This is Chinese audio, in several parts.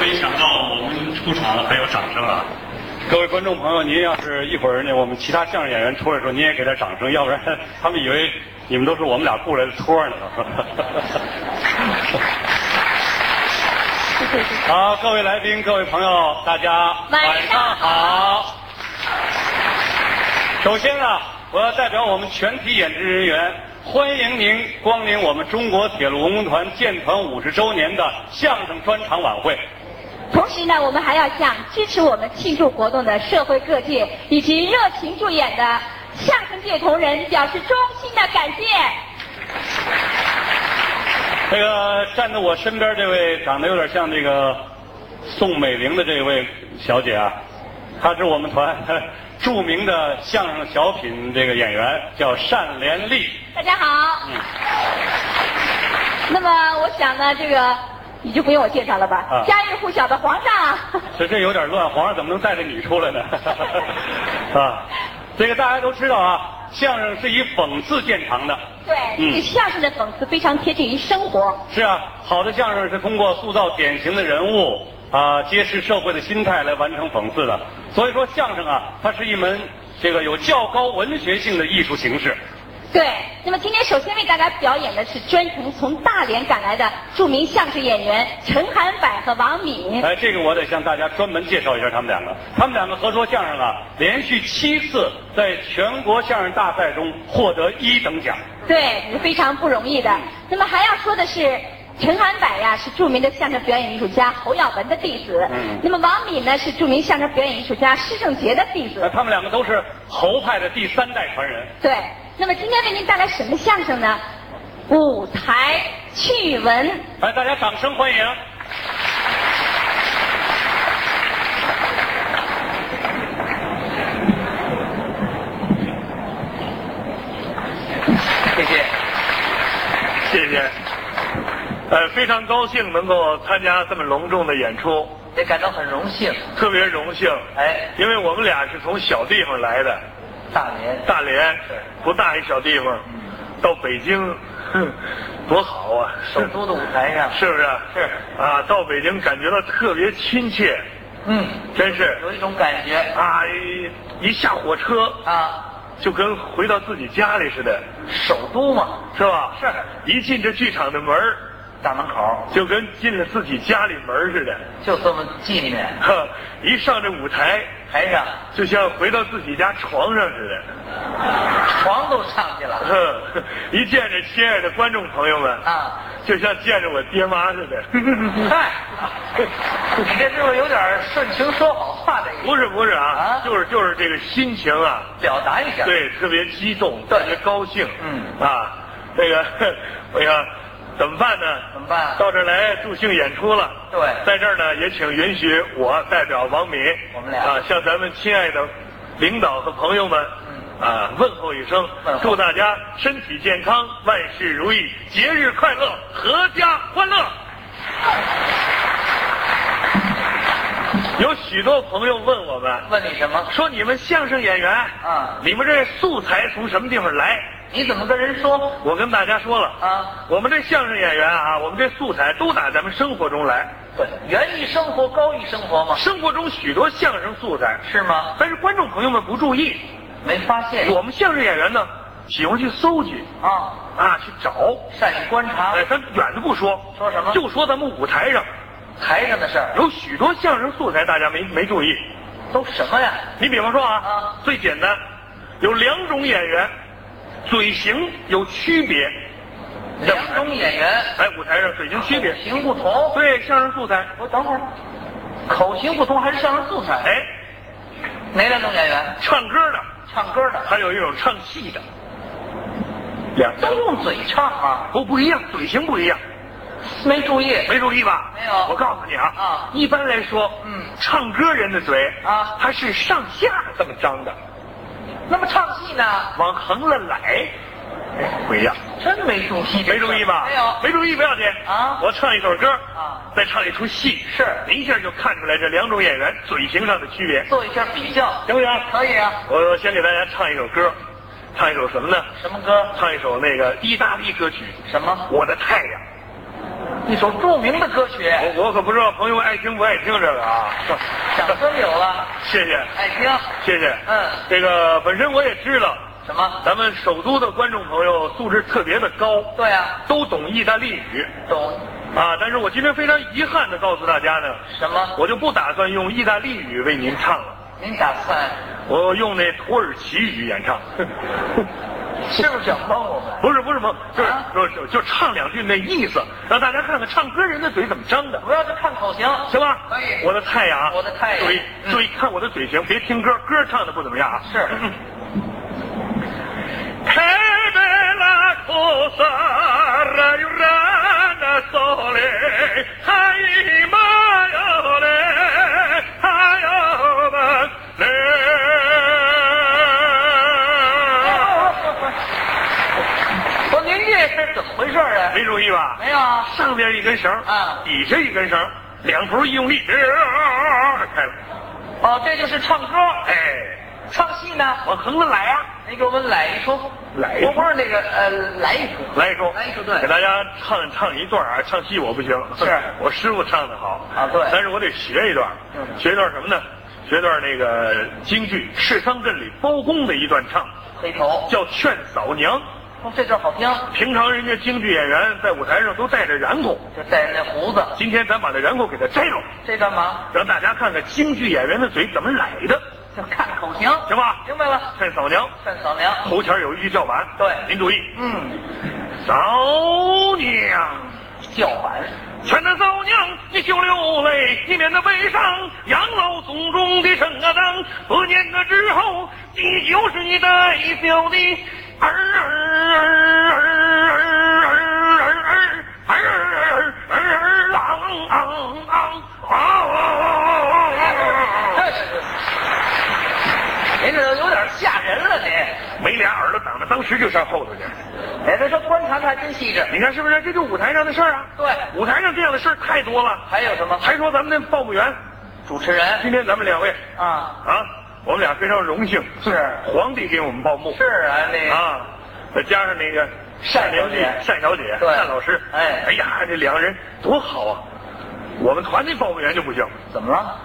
没想到我们出场还有掌声啊！各位观众朋友，您要是一会儿呢，我们其他相声演员出来的时候，您也给点掌声，要不然 他们以为你们都是我们俩雇来的托儿呢。 好，各位来宾，各位朋友，大家晚上好。首先啊，我要代表我们全体演职人员，欢迎您光临我们中国铁路文工团建团五十周年的相声专场晚会。同时呢，我们还要向支持我们庆祝活动的社会各界以及热情助演的相声界同仁表示衷心的感谢。这个站在我身边这位长得有点像这个宋美龄的这位小姐啊，她是我们团呵著名的相声小品这个演员，叫单连丽。大家好。嗯 那么我想呢，这个你就不用我介绍了吧？啊家喻户晓的皇上。啊这这有点乱，皇上怎么能带着你出来 呢？啊，这个大家都知道啊，相声是以讽刺见长的。对，这嗯个相声的讽刺非常贴近于生活。是啊，好的相声是通过塑造典型的人物啊，揭示社会的心态来完成讽刺的。所以说，相声啊，它是一门这个有较高文学性的艺术形式。对，那么今天首先为大家表演的是专程从大连赶来的著名相声演员陈寒柏和王敏。哎，这个我得向大家专门介绍一下他们两个。他们两个合说相声啊，连续七次在全国相声大赛中获得一等奖。对，是非常不容易的。那么还要说的是，陈寒柏呀是著名的相声表演艺术家侯耀文的弟子，嗯那么王敏呢是著名相声表演艺术家施正杰的弟那子。他们两个都是侯派的第三代传人。对，那么今天为您带来什么相声呢？舞台趣闻。来，大家掌声欢迎。谢谢。谢谢。呃，非常高兴能够参加这么隆重的演出，也感到很荣幸。特别荣幸。哎，因为我们俩是从小地方来的，大连大连是不大一小地方，到北京，哼，多好啊！首都的舞台上，是不是？是啊，到北京感觉到特别亲切，嗯，真是有一种感觉啊！一一下火车啊，就跟回到自己家里似的，首都嘛，是吧？是一进这剧场的门儿大门口就跟进了自己家里门儿似的，就这么纪念，呵，一上这舞台台上就像回到自己家床上似的，床都上去了呵， 一见着亲爱的观众朋友们，啊。 就像见着我爹妈似 的。嗨，你这是不是有点顺情说好话的意思不是不是啊，啊就是就是这个心情啊，表达一下？，对，特别激动，对特别高兴，嗯啊，那个， 哎呀，怎么办呢？怎么办到这儿来助兴演出了，对在这儿呢，也请允许我代表王敏，我们俩啊，向咱们亲爱的领导和朋友们，嗯啊，问候一声问，候祝大家身体健康，万事如意，节日快乐，阖家欢乐。有许多朋友问我们，问你什么？说你们相声演员，啊你们这素材从什么地方来？你怎么跟人说我跟大家说了，啊？我们这相声演员啊，我们这素材都打咱们生活中来，对，源于生活，高于生活嘛，生活中许多相声素材，是吗？但是观众朋友们不注意，没发现我们相声演员呢喜欢去搜集啊？啊，去找。善于观察哎，咱远的不说，啊说什么就说咱们舞台上台上的事儿，有许多相声素材，大家没没注意。都什么呀？你比方说啊，啊最简单，有两种演员，嘴型有区别。两种演员，哎，舞台上水型区别口。型不同。对，相声素材。哦我等会儿，口型不同还是相声素材？，哎，哪两种演员？唱歌的，唱歌的还有一种唱戏的，两都用嘴唱啊，不不一样，嘴型不一样，没注意。没注意吧？没有我告诉你啊，啊一般来说，嗯唱歌人的嘴啊他是上下这么张的，那么唱戏呢？往横了来，哎不一样，真没注意，没注意吧？没有，没注意不要紧啊我唱一首歌啊再唱一出戏，是您一下就看出来这两种演员嘴型上的区别，做一下比较，行不行？可以啊。我先给大家唱一首歌，唱一首什么呢？什么歌？唱一首那个意大利歌曲什么《我的太阳》。一首著名的歌曲，哎我我可不知道朋友们爱听不爱听这个 啊。掌声有了，谢谢，爱听。谢谢。嗯这个本身我也知道，什么？咱们首都的观众朋友素质特别的高，对啊，都懂意大利语懂啊。但是我今天非常遗憾的告诉大家呢，什么？我就不打算用意大利语为您唱了，您打算我用那土耳其语演唱。 是不是想帮我们？不是不是不是，就是啊就是就就唱两句那意思，让大家看看唱歌人的嘴怎么张的，主要是看口型。行吧？可以我的菜呀，我的菜呀注意嗯注意看我的嘴型，别听歌，歌唱的不怎么样啊。是哎嗯Che bella cosa raiurana sole, ai maiole, ai ovale. 说您这是怎么回事啊？没注意吧？没有啊，上边一根绳，啊底下一根绳，两头一用力，呃开了。哦，这就是唱歌，哎，唱戏呢。往横着来啊，您给我们来一出，来一出我不是那个呃，来一出，来一首，来一出对给大家唱唱一段啊，唱戏我不行，是 我师傅唱的好啊对但是我得学一段，嗯学一段什么呢？学一段那个京剧《赤桑镇》里包公的一段唱，黑头。叫《劝嫂娘》。哦这段好听，平常人家京剧演员在舞台上都戴着髯口，就戴着那胡子，今天咱把那髯口给它摘了，这干嘛？让大家看看京剧演员的嘴怎么来的，就看口型，行吧？明白了。劝嫂娘。看扫描，头前有一句叫板，对您注意，嗯，嫂娘，叫板，劝那嫂娘，你休流泪，你免得悲伤，养老祖宗的成啊当，多年的之后，你就是你的一小的儿儿儿儿儿儿儿儿儿儿儿郎昂昂这昂，是，您这有点吓人了，您。没俩耳朵挡着，当时就上后头去。哎，这说观察的还真细致。你看是不是？这就舞台上的事儿啊。对舞台上这样的事儿太多了。还有什么？还说咱们那报幕员，主持人今天咱们两位啊，啊，我们俩非常荣幸，是皇帝给我们报幕是啊，那啊，再加上那个单良小姐计单小姐、对单老师，哎哎呀，这两个人多好啊！我们团那报幕员就不行，怎么了？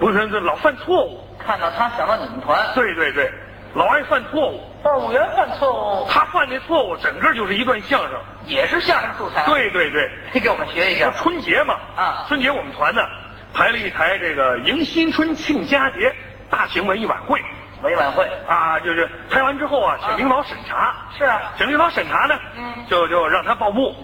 不是这老犯错误，看到他想到你们团，对对对，老爱犯错误，报幕员犯错误他犯的错误整个就是一段相声，也是相声素材。，对对对，你给我们学一下。春节嘛，哎啊春节我们团呢排了一台这个迎新春庆佳节大型文艺晚会委婉会啊，就是排完之后啊，请领导审查，是啊，请领导审查呢，嗯就就让他报幕，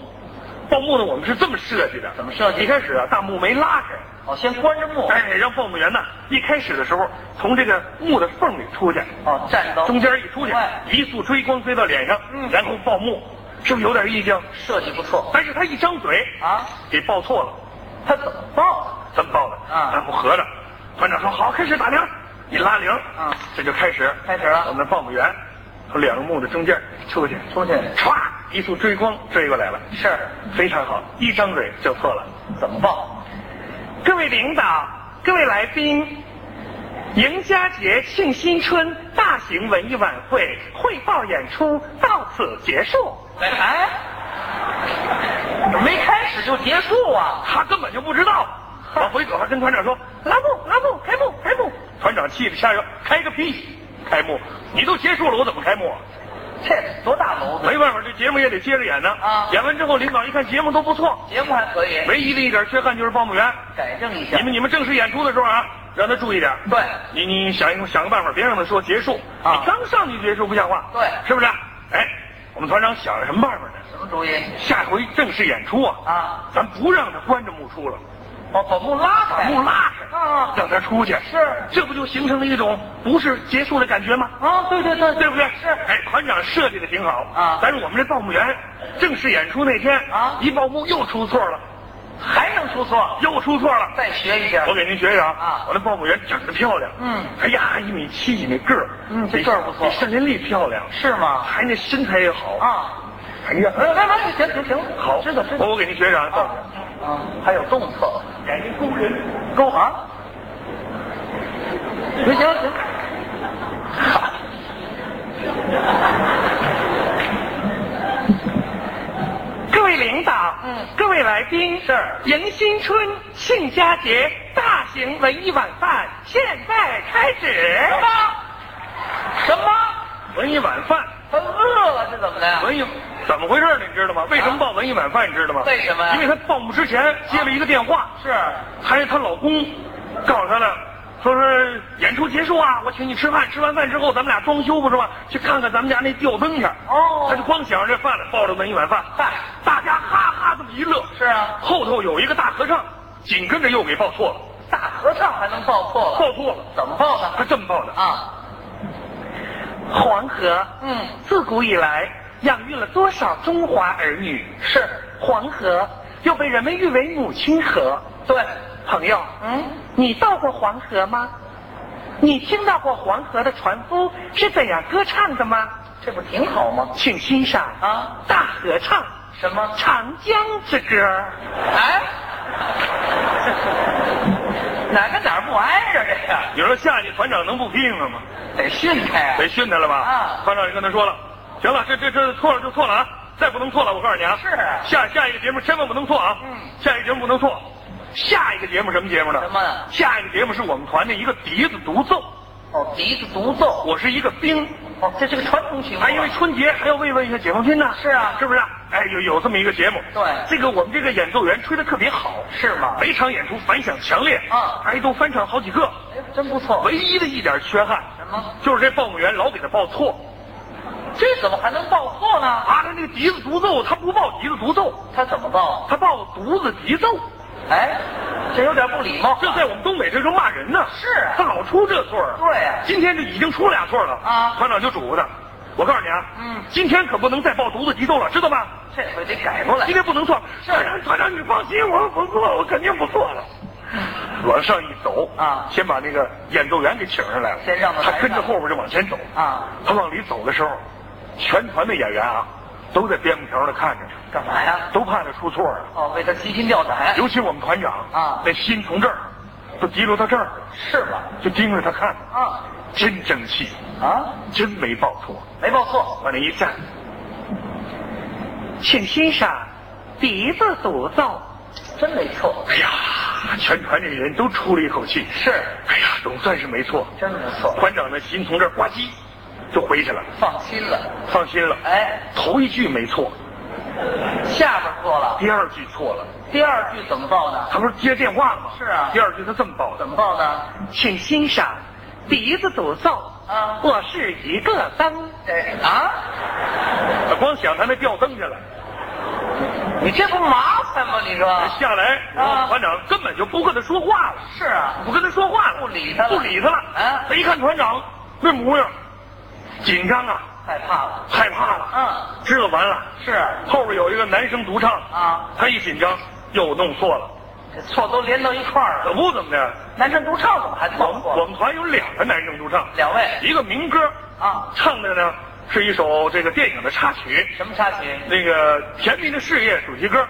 报幕呢我们是这么设计的，怎么设计一开始啊，大幕没拉开。哦，先关着幕，哎，让报幕员呢，一开始的时候从这个幕的缝里出去，哦，站到中间一出去哎，一束追光飞到脸上，嗯然后报幕，是不是有点意境？设计不错但是他一张嘴，啊。给报错了。他怎么报？这么报的啊咱不合着。团长说好，开始打铃，一拉铃，啊这就开始，开始了我们报幕员从两个幕的中间出去，出去歘，一束追光追过来了，是非常好，一张嘴就错了。怎么报？各位领导，各位来宾，迎佳节庆新春大型文艺晚会汇报演出到此结束。哎，没开始就结束啊！他根本就不知道，往回走还跟团长说拉布拉布开幕开幕。团长气得瞎嚷，开个屁！开幕，你都结束了，我怎么开幕啊？这多大娄子？没办法，这节目也得接着演呢。啊演完之后，领导一看节目都不错，节目还可以，唯一的一点缺憾就是报幕员。改正一下哎你。们你们正式演出的时候啊，让他注意点。对，你你想一想个办法，别让他说结束。啊你刚上去结束不像话。对是不是？哎，我们团长想了什么办法呢？什么主意？下回正式演出啊，啊，咱不让他关着幕出了。哦，把幕拉把开，幕拉开，啊让他出去，是这不就形成了一种不是结束的感觉吗？啊，对对对对不对？是哎，团长设计的挺好啊但是我们这报幕员正式演出那天啊哦一报幕又出错了，还能出错？又出错了。再学一下我。给您学学啊！啊我那报幕员长得漂亮，嗯哎呀，一米七几那个儿，嗯这个儿不错比单连丽漂亮，是吗？还那身材也好，啊，哎呀，来来来，停停停，好，知道知道。我给您学学啊，啊啊，还有动作，改成工人，勾啊，行行行，哈，各位领导，嗯各位来宾是迎新春庆佳节大型文艺晚饭现在开始。什么？什么？文艺晚饭，他饿了是怎么的呀？文艺怎么回事儿你知道吗？为什么报文艺晚饭你知道吗？为什么呀因为她报幕之前接了一个电话，啊是还是她老公告诉她的，说是演出结束啊，我请你吃饭，吃完饭之后咱们俩装修不是吗？去看看咱们家那吊灯去。哦她就光想着这饭了，抱着文艺晚饭，嗨大家哈哈这么一乐。是啊后头有一个大合唱，紧跟着又给报错了，大合唱还能爆破了？报错了，怎么爆她的？这么报的。啊，黄河，嗯，自古以来养育了多少中华儿女？是黄河又被人们誉为母亲河。对，朋友，嗯，你到过黄河吗？你听到过黄河的船夫是怎样歌唱的吗？这不挺好吗？请欣赏啊大合唱什么《唱？长江之歌》。哎， 哪跟哪儿不挨着这呀？你说下去团长能不批评他吗？得训他呀。得训他了吧？啊团长就跟他说了，行了，这这这错了就错了啊，再不能错了，我告诉你啊，是啊下下一个节目千万不能错啊，嗯下一个节目不能错，下一个节目什么节目呢？什么呢下一个节目是我们团的一个笛子独奏，哦，笛子独奏。我是一个兵，哦，这是个传统曲目啊。哎，因为春节还要慰问一下解放军呢，是啊是不是啊？哎，有有这么一个节目，对这个我们这个演奏员吹的特别好，是吗每场演出反响强烈，啊哎，都翻唱好几个，哎真不错。唯一的一点缺憾，什么？就是这报幕员老给他报错。这怎么还能爆破呢？啊，他那个笛子独奏，他不报笛子独奏，他怎么爆？啊他报独子笛奏，哎，这有点不礼貌。这在我们东北这就骂人呢。是啊他老出这错儿。对啊今天就已经出俩错了啊团长就嘱咐他，我告诉你啊，嗯今天可不能再报独子笛奏了，知道吗？这回得改过来今。天不能错。是团长，团长你放心，我不错，我肯定不错了。往上一走嗯啊先把那个演奏员给请上来了，先让他他来跟着上后边就往前走啊。他往里走的时候，全团的演员啊，都在边牧条的看着他。干嘛呀？都怕他出错啊，哦，为他提心吊胆。尤其我们团长啊那心从这儿都滴落到这儿了，是吧？就盯着他看，啊真争气，啊，真没报错。没报错。往那一站，请欣赏笛子独奏。真没错，哎呀，全团这人都出了一口气，是哎呀，总算是没错。真不错，团长的心从这儿呱唧就回去了，放心了。放心了。哎，头一句没错，下边错了，第二句错了。第二句怎么报呢？他不是接电话了吗？是啊第二句他这么报的怎。么报呢？请欣赏笛子独奏。啊我是一个灯。哎啊，他光想他那吊灯去了，你这不麻烦吗？你说下来，啊团长根本就不跟他说话了。是啊，不跟他说话了，不理他了不理他了。啊他一看团长那模样，紧张啊，害怕了。害怕了。嗯，知道完了，是后边有一个男声独唱啊，他一紧张又弄错了，这错都连到一块儿可了。不怎么的。男生独唱怎么还我报们错我了？们团有两个男声独唱，两位一个民歌啊唱的呢是一首这个电影的插曲，什么插曲？那个《甜蜜的事业》主题歌，《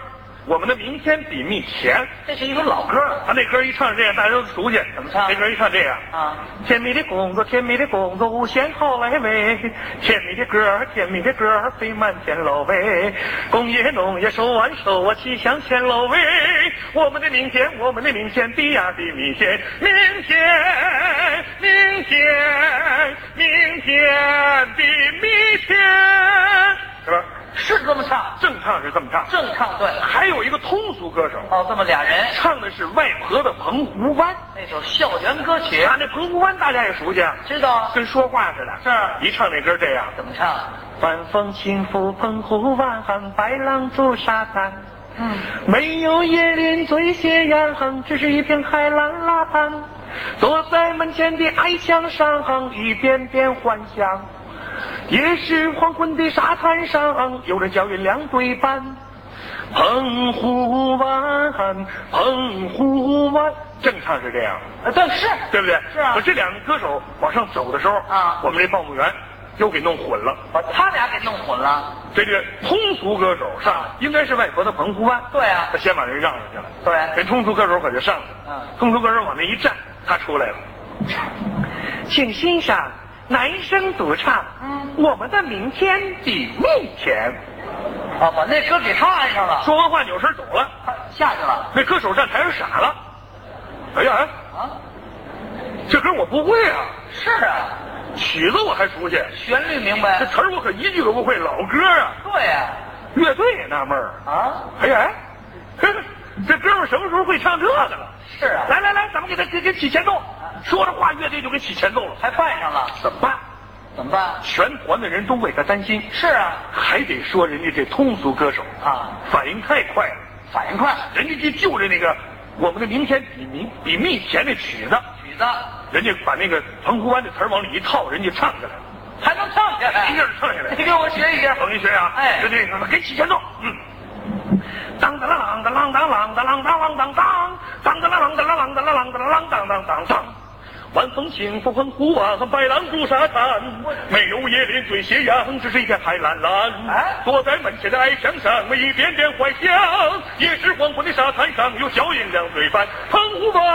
我们的明天比蜜甜》。这是一首老歌他那歌一唱这样，大家都熟悉。怎么唱那歌一唱这样。啊。甜蜜的工作，甜蜜的工作，无限好来味。甜蜜的歌儿，甜蜜的歌儿，飞满天楼呗。工业农业手挽手，我齐向前喽喂。我们的明天，我们的明天，比呀比明天，明天，明天，明天比明天，是吧？是这么唱，正唱是这么唱，正唱对。还有一个通俗歌手，哦，这么俩人唱的是外婆的澎湖湾。那首校园歌曲，啊，那澎湖湾大家也熟悉啊，知道跟说话似的。是一唱那歌这样。怎么唱？啊晚风轻拂澎湖湾，白浪逐沙滩。嗯，没有椰林缀斜阳，只是一片海蓝拉滩。坐在门前的矮墙上，一遍遍幻想。也是黄昏的沙滩上，有着脚印两对半。澎湖湾，澎湖湾，正唱是这样，呃，对，是对不对？是啊我这两个歌手往上走的时候，啊我们这报幕员又给弄混了。把他俩给弄混了。这个通俗歌手上来应该是外婆的澎湖湾，对啊他，先把人让上去了。对人通俗歌手可就上了，嗯通俗歌手往那一站，他出来了。请欣赏男声独唱。嗯我们的明天比蜜甜。啊，把那歌给他安上了，说完话扭身走了。他下去了那歌手站台上傻了，哎呀，哎啊？这歌我不会啊，是啊，曲子我还熟悉，旋律明这白。词儿我可一句都不会，老歌啊。对呀、乐队也纳闷儿，啊，哎呀，哎呵呵这哥们儿什么时候会唱这个了？是啊来来来，咱们给他给给起前奏，说着话乐队就给起前奏了，还办上了，怎么办？怎么办？全团的人都为他担心，是啊，还得说人家这通俗歌手啊，反应太快了，反应快，人家去就着那个我们的明天比明比蜜甜那曲子，曲子人家把那个澎湖湾的词儿往里一套，人家唱起来了。还能唱下来，一下就唱下来你给我学一下。我跟你学啊，哎就这个，给起前奏，嗯。当当啷当啷当啷当啷当啷当当，当当啷当啷当啷当啷当啷当当当当。晚风轻拂澎湖湾，白浪逐沙滩。没有椰林最斜阳，只是一片海蓝蓝。哎坐在门前的矮墙上，我一遍遍怀想。也是黄昏的沙滩上，有小影两对半。澎湖湾，